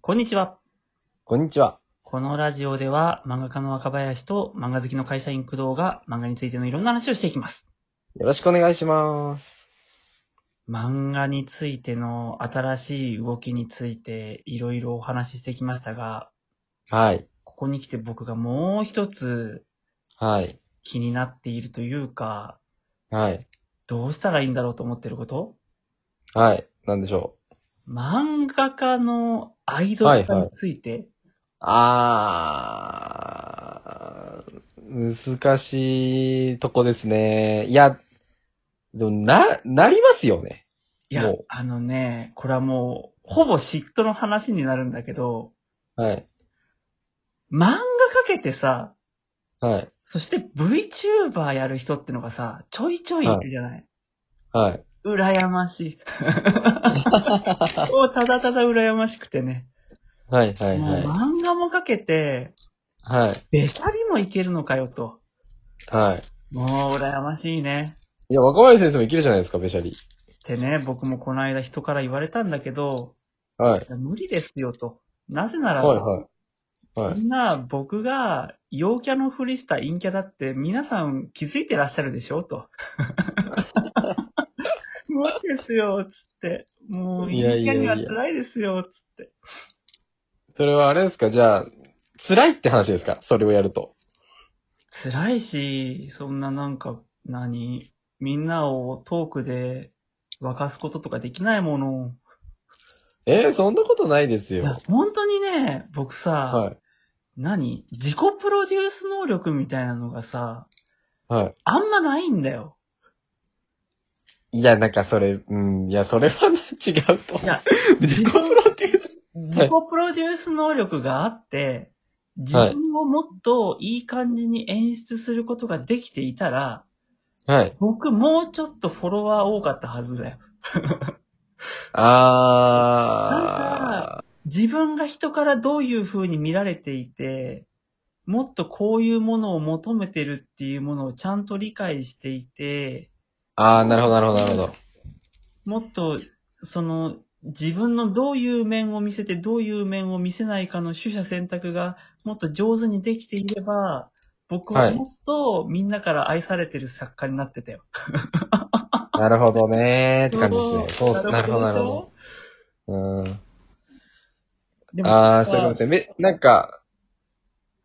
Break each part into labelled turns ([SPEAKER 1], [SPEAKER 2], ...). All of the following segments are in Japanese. [SPEAKER 1] こんにちは。
[SPEAKER 2] こんにちは。
[SPEAKER 1] このラジオでは漫画家の若林と漫画好きの会社員工藤が漫画についてのいろんな話をしていきます。
[SPEAKER 2] よろしくお願いします。
[SPEAKER 1] 漫画についての新しい動きについていろいろお話ししてきましたが、
[SPEAKER 2] はい。
[SPEAKER 1] ここに来て僕がもう一つ
[SPEAKER 2] はい。
[SPEAKER 1] 気になっているというか、
[SPEAKER 2] はい。
[SPEAKER 1] どうしたらいいんだろうと思ってること
[SPEAKER 2] はい。なんでしょう。
[SPEAKER 1] 漫画家のアイドル化について、
[SPEAKER 2] あー、難しいとこですね。いや、でも、な、なりますよね。
[SPEAKER 1] いや
[SPEAKER 2] もう、
[SPEAKER 1] あのね、これはもう、ほぼ嫉妬の話になるんだけど、
[SPEAKER 2] はい。
[SPEAKER 1] 漫画かけてさ、
[SPEAKER 2] はい。
[SPEAKER 1] そして VTuber やる人ってのがさ、ちょいちょいいるじゃない、
[SPEAKER 2] はい。
[SPEAKER 1] 羨ましい。もうただただ羨ましくてね。
[SPEAKER 2] はい。はい。
[SPEAKER 1] もう
[SPEAKER 2] は
[SPEAKER 1] 漫画もかけて、
[SPEAKER 2] い。はい。
[SPEAKER 1] べしゃりもいけるのかよと。
[SPEAKER 2] はい。
[SPEAKER 1] もう羨ましいね。
[SPEAKER 2] いや、若林先生もいけるじゃないですか、べしゃり。
[SPEAKER 1] ってね、僕もこの間人から言われたんだけど、
[SPEAKER 2] はい。
[SPEAKER 1] いや無理ですよと。なぜなら、
[SPEAKER 2] はい。はい。はい。
[SPEAKER 1] みんな僕が陽キャのふりした陰キャだって皆さん気づいてらっしゃるでしょ と。もうですよ、つって。もう陰
[SPEAKER 2] いやい
[SPEAKER 1] キ
[SPEAKER 2] や
[SPEAKER 1] ャ
[SPEAKER 2] い
[SPEAKER 1] に
[SPEAKER 2] や
[SPEAKER 1] は辛いですよ、つって。
[SPEAKER 2] それはあれですか、じゃあ、辛いって話ですかそれをやると。
[SPEAKER 1] 辛いし、そんななんか、何みんなをトークで沸かすこととかできないもの。
[SPEAKER 2] えー、そんなことないです
[SPEAKER 1] い
[SPEAKER 2] よ
[SPEAKER 1] や。、本当にね、僕さ、
[SPEAKER 2] はい。
[SPEAKER 1] 何自己プロデュース能力みたいなのがさ、
[SPEAKER 2] はい。
[SPEAKER 1] あんまないんだよ。
[SPEAKER 2] いや、なんかそれ、うん、いや、それは違うと思う。
[SPEAKER 1] いや
[SPEAKER 2] 自己プロデュース。
[SPEAKER 1] 自己プロデュース能力があって、自分をもっといい感じに演出することができていたら、
[SPEAKER 2] はい。
[SPEAKER 1] 僕もうちょっとフォロワー多かったはずだよ。
[SPEAKER 2] あ
[SPEAKER 1] 自分が人からどういう風に見られていて、もっとこういうものを求めてるっていうものをちゃんと理解していて、
[SPEAKER 2] ー。あー、なるほど、なるほど、なるほど。
[SPEAKER 1] もっと、その、自分のどういう面を見せて、どういう面を見せないかの取捨選択がもっと上手にできていれば、僕ははいもっとみんなから愛されてる作家になってたよ。
[SPEAKER 2] なるほどねーって感じですね。そうっす。なるほど、なる
[SPEAKER 1] でし
[SPEAKER 2] ほ
[SPEAKER 1] ょ
[SPEAKER 2] ど。うん。
[SPEAKER 1] でも
[SPEAKER 2] あー、そういうことですね。め、なんか、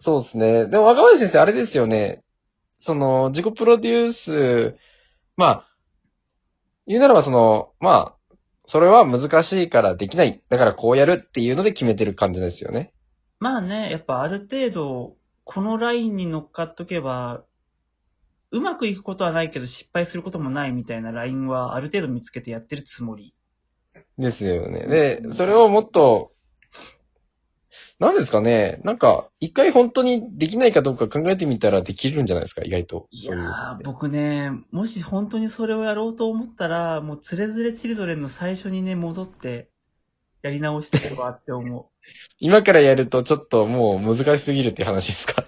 [SPEAKER 2] そうですね。でも若林先生、あれですよね。その、自己プロデュース、まあ、言うならばその、まあ、それは難しいからできない。だからこうやるっていうので決めてる感じですよね。
[SPEAKER 1] まあね、やっぱある程度、このラインに乗っかっとけば、うまくいくことはないけど失敗することもないみたいなラインはある程度見つけてやってるつもり。
[SPEAKER 2] ですよね。で、それをもっと、なんですかね。なんか、一回本当にできないかどうか考えてみたらできるんじゃないですか、意外と。
[SPEAKER 1] い
[SPEAKER 2] そ
[SPEAKER 1] や
[SPEAKER 2] ういう
[SPEAKER 1] ー、僕ね、もし本当にそれをやろうと思ったら、もうつれづれチルドレンの最初にね、戻って、やり直してればって思
[SPEAKER 2] 今からやるとちょっともう難しすぎるっていう話ですか。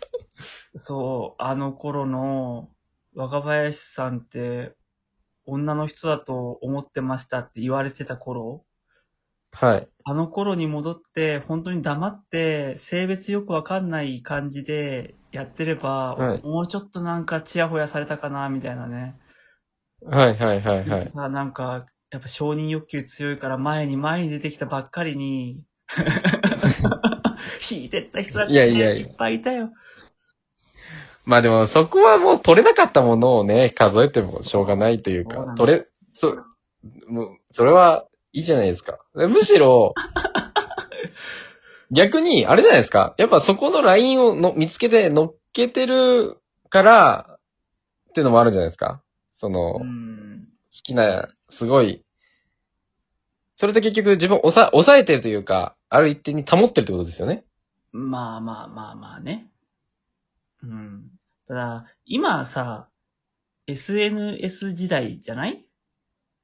[SPEAKER 1] う。 そう、あの頃の若林さんって、女の人だと思ってましたって言われてた頃、
[SPEAKER 2] はい。
[SPEAKER 1] あの頃に戻って、本当に黙って、性別よくわかんない感じでやってれば、
[SPEAKER 2] はい
[SPEAKER 1] もうちょっとなんかチヤホヤされたかな、みたいなね。
[SPEAKER 2] はいはいはいは
[SPEAKER 1] でも
[SPEAKER 2] い。
[SPEAKER 1] さ、なんか、やっぱ承認欲求強いから前に前に出てきたばっかり に、引いてった人たちね
[SPEAKER 2] いやいやいや
[SPEAKER 1] いっぱいいたよ。
[SPEAKER 2] まあでもそこはもう取れなかったものをね、数えてもしょうがないという
[SPEAKER 1] そうな
[SPEAKER 2] か
[SPEAKER 1] ん、だ
[SPEAKER 2] 取れ、そ、もう、それはいいじゃないですか。む しろ、逆に、あれじゃないですか。やっぱそこのラインをの見つけて乗っけてるから、っていうのもあるじゃないですか。その、
[SPEAKER 1] う
[SPEAKER 2] 好
[SPEAKER 1] ん。
[SPEAKER 2] きな、すごい、それで結局自分を抑え抑えてるというか、ある一定に保ってるってことですよね。
[SPEAKER 1] まあまあまあまあね。うん。ただ、今さ、SNS 時代じゃない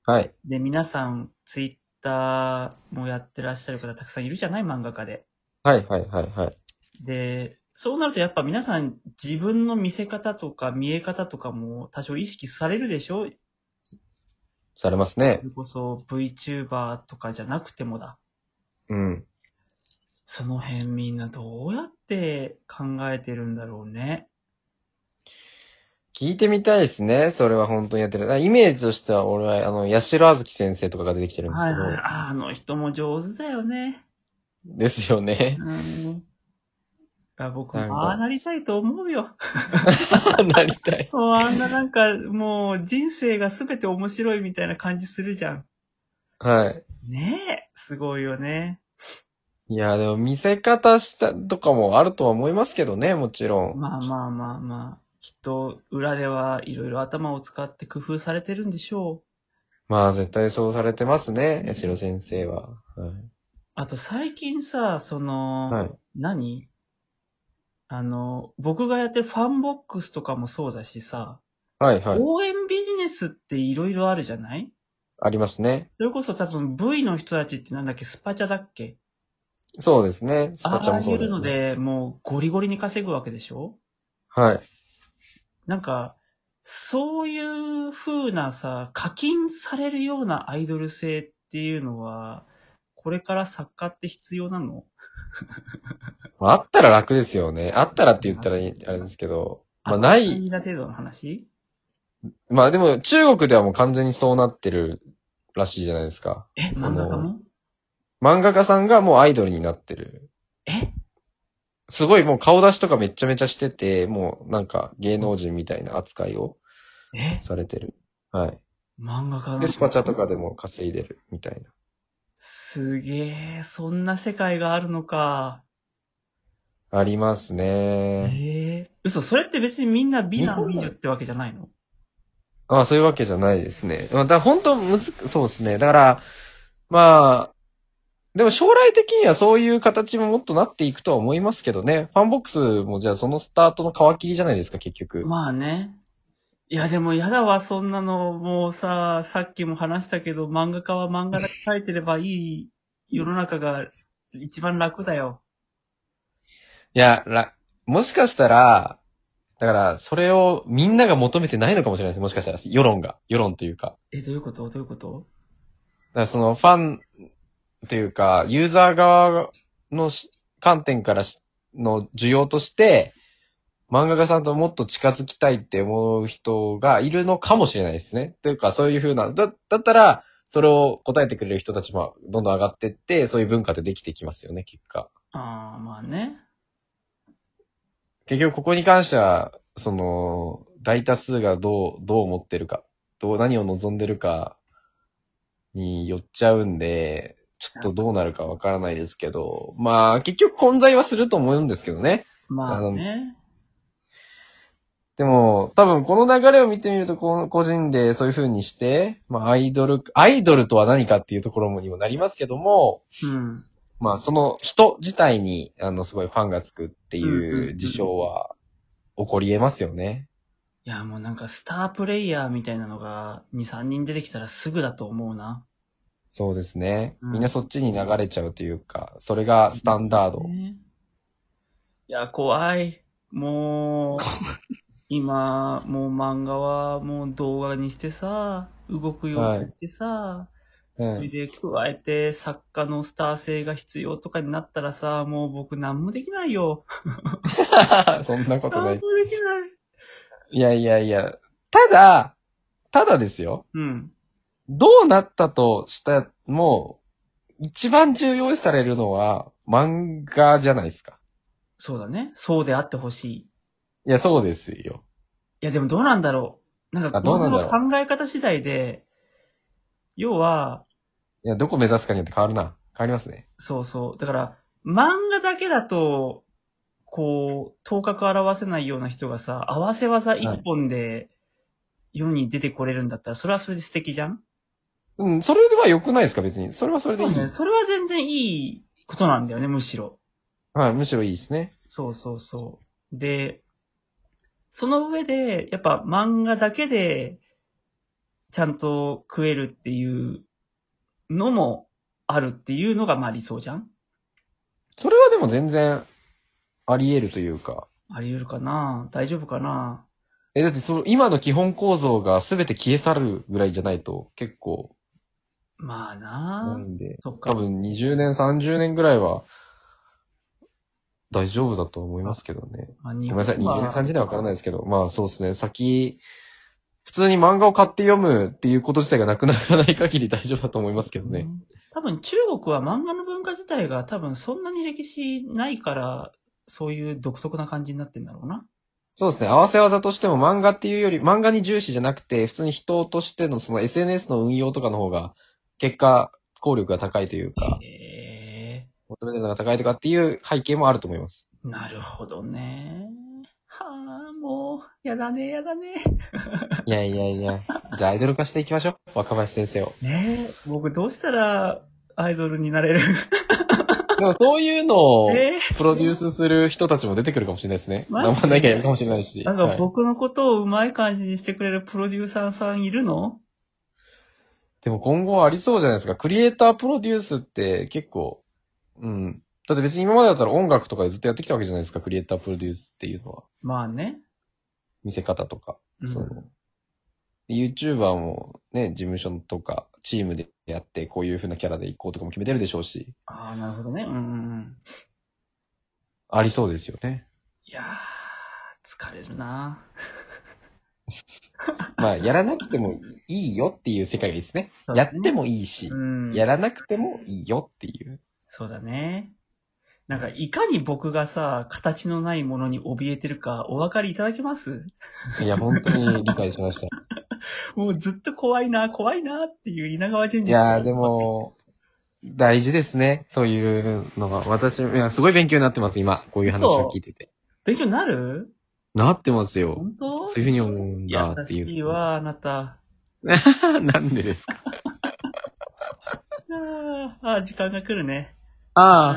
[SPEAKER 2] はい。
[SPEAKER 1] で、皆さん、ツイッターもやってらっしゃる方たくさんいるじゃない漫画家で。
[SPEAKER 2] はいはいはいはい。
[SPEAKER 1] で、そうなるとやっぱ皆さん自分の見せ方とか見え方とかも多少意識されるでしょ
[SPEAKER 2] されますね
[SPEAKER 1] そ。れこそ VTuber とかじゃなくてもだ。
[SPEAKER 2] うん。
[SPEAKER 1] その辺みんなどうやって考えてるんだろうね。
[SPEAKER 2] 聞いてみたいですね。それは本当にやってる。イメージとしては、俺は、あの、八代あずき先生とかが出てきてるんです
[SPEAKER 1] は
[SPEAKER 2] け
[SPEAKER 1] い
[SPEAKER 2] ど。
[SPEAKER 1] はい。ああの人も上手だよね。
[SPEAKER 2] ですよね。
[SPEAKER 1] うん。あ僕
[SPEAKER 2] なんか
[SPEAKER 1] もああなりたいと思うよ。
[SPEAKER 2] なりたい。
[SPEAKER 1] もうあんななんか、もう人生が全て面白いみたいな感じするじゃん。
[SPEAKER 2] はい。
[SPEAKER 1] ねえ、すごいよね。
[SPEAKER 2] いや、でも見せ方した、とかもあるとは思いますけどね、もちろん。
[SPEAKER 1] まあまあまあまあ。きっと、裏ではいろいろ頭を使って工夫されてるんでしょう。
[SPEAKER 2] まあ、絶対そうされてますね、八代先生は。
[SPEAKER 1] あと最近さ、その、
[SPEAKER 2] はい。はい。
[SPEAKER 1] 何あの、僕がやってるファンボックスとかもそうだしさ、
[SPEAKER 2] はい、はい。
[SPEAKER 1] 応援ビジネスっていろいろあるじゃない
[SPEAKER 2] ありますね。
[SPEAKER 1] それこそ多分 V の人たちってなんだっけ、スパチャだっけ
[SPEAKER 2] そうですね。スパチャも
[SPEAKER 1] ああ
[SPEAKER 2] そ
[SPEAKER 1] いう
[SPEAKER 2] で
[SPEAKER 1] う
[SPEAKER 2] す、
[SPEAKER 1] の
[SPEAKER 2] ね。
[SPEAKER 1] で、もうゴリゴリに稼ぐわけでしょ
[SPEAKER 2] はい。
[SPEAKER 1] なんか、そういう風なさ、課金されるようなアイドル性っていうのは、これから作家って必要なの
[SPEAKER 2] まあ、あったら楽ですよね。あったらって言ったらいいあれですけど。まあ、な
[SPEAKER 1] あ
[SPEAKER 2] い。
[SPEAKER 1] いだ程度の話
[SPEAKER 2] まあ、でも、中国ではもう完全にそうなってるらしいじゃないですか。
[SPEAKER 1] え、
[SPEAKER 2] その
[SPEAKER 1] 漫画家も
[SPEAKER 2] 漫画家さんがもうアイドルになってる。
[SPEAKER 1] え
[SPEAKER 2] すごいもう顔出しとかめっちゃめちゃしてて、もうなんか芸能人みたいな扱いを
[SPEAKER 1] え
[SPEAKER 2] されてる。はい。
[SPEAKER 1] 漫画家
[SPEAKER 2] で、
[SPEAKER 1] の
[SPEAKER 2] スパチャとかでも稼いでるみたいな。
[SPEAKER 1] すげえ、そんな世界があるのか。
[SPEAKER 2] あります
[SPEAKER 1] え
[SPEAKER 2] ね。
[SPEAKER 1] え嘘、それって別にみんな美男美女ってわけじゃないの
[SPEAKER 2] あそういうわけじゃないですね。まあ、だから本当むず、そうですね。だから、まあ、でも将来的にはそういう形ももっとなっていくとは思いますけどね。ファンボックスもじゃあそのスタートの皮切りじゃないですか、結局。
[SPEAKER 1] まあね。いや、でもやだわ、そんなの。もうさ、さっきも話したけど、漫画家は漫画だけ描いてればいい世の中が一番楽だよ。
[SPEAKER 2] いや、ら、もしかしたら、だから、それをみんなが求めてないのかもしれないです。もしかしたら、世論が。世論というか。
[SPEAKER 1] え、どういうことどういうこと
[SPEAKER 2] だからその、ファンというか、ユーザー側のし観点からしの需要として、漫画家さんともっと近づきたいって思う人がいるのかもしれないですね。というか、そういうふうな、だ、だったら、それを答えてくれる人たちもどんどん上がってって、そういう文化ってできてきますよね、結果。
[SPEAKER 1] ああ、まあね。
[SPEAKER 2] 結局ここに関しては、その、大多数がどう、どう思ってるか、どう、何を望んでるかによっちゃうんで、ちょっとどうなるかわからないですけど、まあ、結局混在はすると思うんですけどね。
[SPEAKER 1] まあね。
[SPEAKER 2] でも、多分この流れを見てみると、この個人でそういう風にして、まあ、アイドル、アイドルとは何かっていうところもにもなりますけども、
[SPEAKER 1] うん。
[SPEAKER 2] まあ、その人自体に、あの、すごいファンがつくって
[SPEAKER 1] うんうんう
[SPEAKER 2] い
[SPEAKER 1] ん
[SPEAKER 2] う事象は起こり得ますよね。
[SPEAKER 1] いや、もうなんかスタープレイヤーみたいなのが2、3人出てきたらすぐだと思うな。
[SPEAKER 2] そうですね。
[SPEAKER 1] うん
[SPEAKER 2] みんなそっちに流れちゃうというか、それがスタンダード。
[SPEAKER 1] ねいや、怖い。も う、今、もう漫画はもう動画にしてさ、動くようにしてさ、
[SPEAKER 2] はい
[SPEAKER 1] それで加えて作家のスター性が必要とかになったらさ、もう僕何もできないよ。
[SPEAKER 2] そんなこと
[SPEAKER 1] 何も
[SPEAKER 2] な
[SPEAKER 1] で
[SPEAKER 2] い
[SPEAKER 1] き。ない。
[SPEAKER 2] いやいやいや。ただ、ただですよ。
[SPEAKER 1] うん。
[SPEAKER 2] どうなったとしたも、一番重要視されるのは漫画じゃないですか。
[SPEAKER 1] そうだね。そうであってほしい。い
[SPEAKER 2] いや、そうですよ。
[SPEAKER 1] や、でもどうなんだろう。なんか、
[SPEAKER 2] あどうなんだろう
[SPEAKER 1] 僕の考え方次第で、要は、
[SPEAKER 2] いや、どこ目指すかによって変わるな。変わりますね。
[SPEAKER 1] そうそう。だから、漫画だけだと、こう、頭角表せないような人がさ、合わせ技一本で世に出てこれるんだったら、それはそれで素敵じゃん
[SPEAKER 2] うん、それでは良くないですか、別に。それはそれでいい。
[SPEAKER 1] それは全然いいことなんだよね、むしろ。
[SPEAKER 2] はい、むしろいいですね。
[SPEAKER 1] そうそうそう。で、その上で、やっぱ漫画だけで、ちゃんと食えるっていうのもあるっていうのがまあ理想じゃん
[SPEAKER 2] それはでも全然、あり得るというか。
[SPEAKER 1] あり得るかな大丈夫かな
[SPEAKER 2] え、だってその、今の基本構造が全て消え去るぐらいじゃないと、結構、
[SPEAKER 1] まあ
[SPEAKER 2] な
[SPEAKER 1] なあ
[SPEAKER 2] んで、
[SPEAKER 1] そっか
[SPEAKER 2] 多。分20年、30年ぐらいは、大丈夫だと思いますけどね。
[SPEAKER 1] あ、
[SPEAKER 2] ご
[SPEAKER 1] 日
[SPEAKER 2] めんなさい、人間の感じではわからない
[SPEAKER 1] い。
[SPEAKER 2] ですけど、まあそうですね、先、普通に漫画を買って読むっていうこと自体がなくならない限り大丈夫だと思いますけどね。
[SPEAKER 1] 多分中国は漫画の文化自体が多分そんなに歴史ないから、そういう独特な感じになってんだろうな。
[SPEAKER 2] そうですね、合わせ技としても漫画っていうより、漫画に重視じゃなくて、普通に人としてのその SNS の運用とかの方が、結果、効力が高いというか、
[SPEAKER 1] へえ
[SPEAKER 2] 求めてるのが高いとかっていう背景もあると思います。
[SPEAKER 1] ー、なるほどね。はあ、もう、やだね、やだね。
[SPEAKER 2] いやいやいや。じゃあアイドル化していきましょう。若林先生を。
[SPEAKER 1] ねえ、僕どうしたらアイドルになれる
[SPEAKER 2] でもそういうのを
[SPEAKER 1] え
[SPEAKER 2] プロデュースする人たちも出てくるかもしれないですね。
[SPEAKER 1] マ
[SPEAKER 2] 名
[SPEAKER 1] ジで
[SPEAKER 2] 前ないけやるかもしれないし。
[SPEAKER 1] なんか
[SPEAKER 2] はい
[SPEAKER 1] 僕のことをうまい感じにしてくれるプロデューサーさんいるの
[SPEAKER 2] でも今後はありそうじゃないですか。クリエイタープロデュースって結構、うん。だって別に今までだったら音楽とかでずっとやってきたわけじゃないですか。クリエイタープロデュースっていうのは。
[SPEAKER 1] まあね。
[SPEAKER 2] 見せ方とか。
[SPEAKER 1] うん
[SPEAKER 2] その、YouTuber もね、事務所とかチームでやって、こういう風なキャラで行こうとかも決めてるでしょうし。
[SPEAKER 1] ああ、なるほどね。うんうんうん。
[SPEAKER 2] ありそうですよね。
[SPEAKER 1] いやー、疲れるな
[SPEAKER 2] まあ、やらなくてもいいよっていう世界がいいですね。やってもいいし
[SPEAKER 1] う、ん。
[SPEAKER 2] やらなくてもいいよっていう。
[SPEAKER 1] そうだね。なんか、いかに僕がさ、形のないものに怯えてるか、お分かりいただけます
[SPEAKER 2] いや、本当に理解しました。
[SPEAKER 1] もうずっと怖いな、怖いなっていう稲川淳
[SPEAKER 2] い
[SPEAKER 1] 二。
[SPEAKER 2] やー、で。も、大事ですね。そういうのは。私、いや、すごい勉強になってます、今。こういう話を聞いてて。
[SPEAKER 1] 勉強になる
[SPEAKER 2] なってますよ。
[SPEAKER 1] 本当
[SPEAKER 2] そういうふうに思うん
[SPEAKER 1] い
[SPEAKER 2] だ
[SPEAKER 1] や、
[SPEAKER 2] って
[SPEAKER 1] 私
[SPEAKER 2] いう。
[SPEAKER 1] は、あなた。
[SPEAKER 2] なんでですか
[SPEAKER 1] あーあー、時間が来るね。
[SPEAKER 2] ああ、